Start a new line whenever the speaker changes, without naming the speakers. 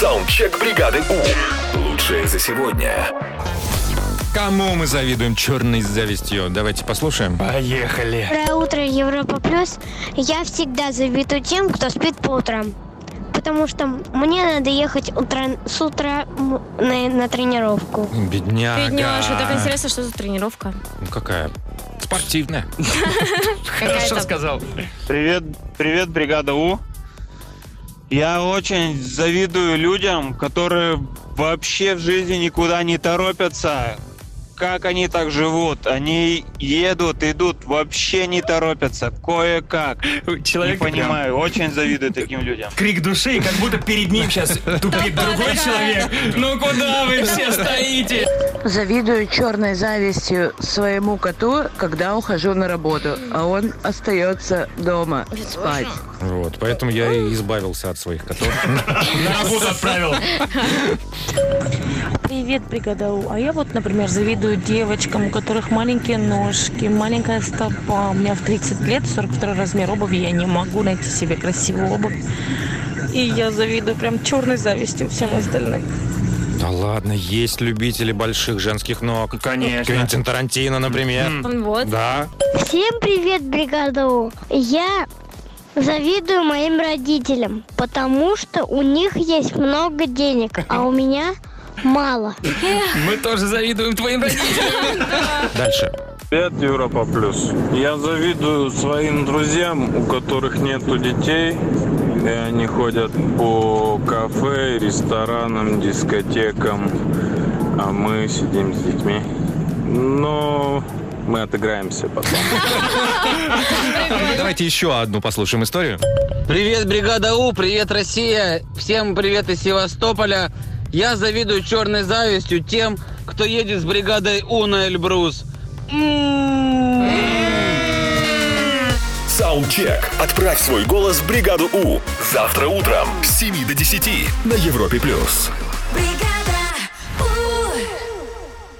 Саундчек бригады У. Лучшее за сегодня.
Кому мы завидуем черной завистью? Давайте послушаем.
Поехали.
Доброе утро, Европа Плюс. Я всегда завидую тем, кто спит по утрам. Потому что мне надо ехать утра- с утра м, на, на тренировку.
Бедняга.
Бедняжка, так интересно, что за тренировка.
Ну, какая? Спортивная.
Какая-то-
Хорошо сказал.
Привет, привет, бригада У. Я очень завидую людям, которые вообще в жизни никуда не торопятся. Как они так живут? Они едут, идут, вообще не торопятся. Кое-как. Не
Человек прям
понимаю, очень завидую таким людям.
крик души, как будто перед ним сейчас тупит другой человек. Ну куда вы все стоите?
Завидую черной завистью своему коту, когда ухожу на работу, а он остается дома спать.
Вот, поэтому я и избавился от своих котов.
На работу отправил.
Привет, бригада У. А я вот, например, завидую девочкам, у которых маленькие ножки, маленькая стопа. У меня в 30 лет 42 размер обуви, я не могу найти себе красивую обувь. И я завидую прям черной завистью всем остальным.
Да ладно, есть любители больших женских ног.
Конечно.
Квентин Тарантино, например.
Вот.
Да.
Всем привет, бригада У. Я завидую моим родителям, потому что у них есть много денег, а у меня мало.
Мы тоже завидуем твоим родителям.
Дальше.
Привет, Европа Плюс. Я завидую своим друзьям, у которых нету детей, и они ходят по кафе, ресторанам, дискотекам, а мы сидим с детьми. Но мы отыграемся потом.
Ну, Давайте еще одну послушаем историю.
Привет, бригада У, привет, Россия, всем привет из Севастополя. Я завидую черной завистью тем, кто едет с бригадой У на Эльбрус.
Саундчек. Отправь свой голос в бригаду У. Завтра утром с 7 до 10 на Европе+. плюс.
бригада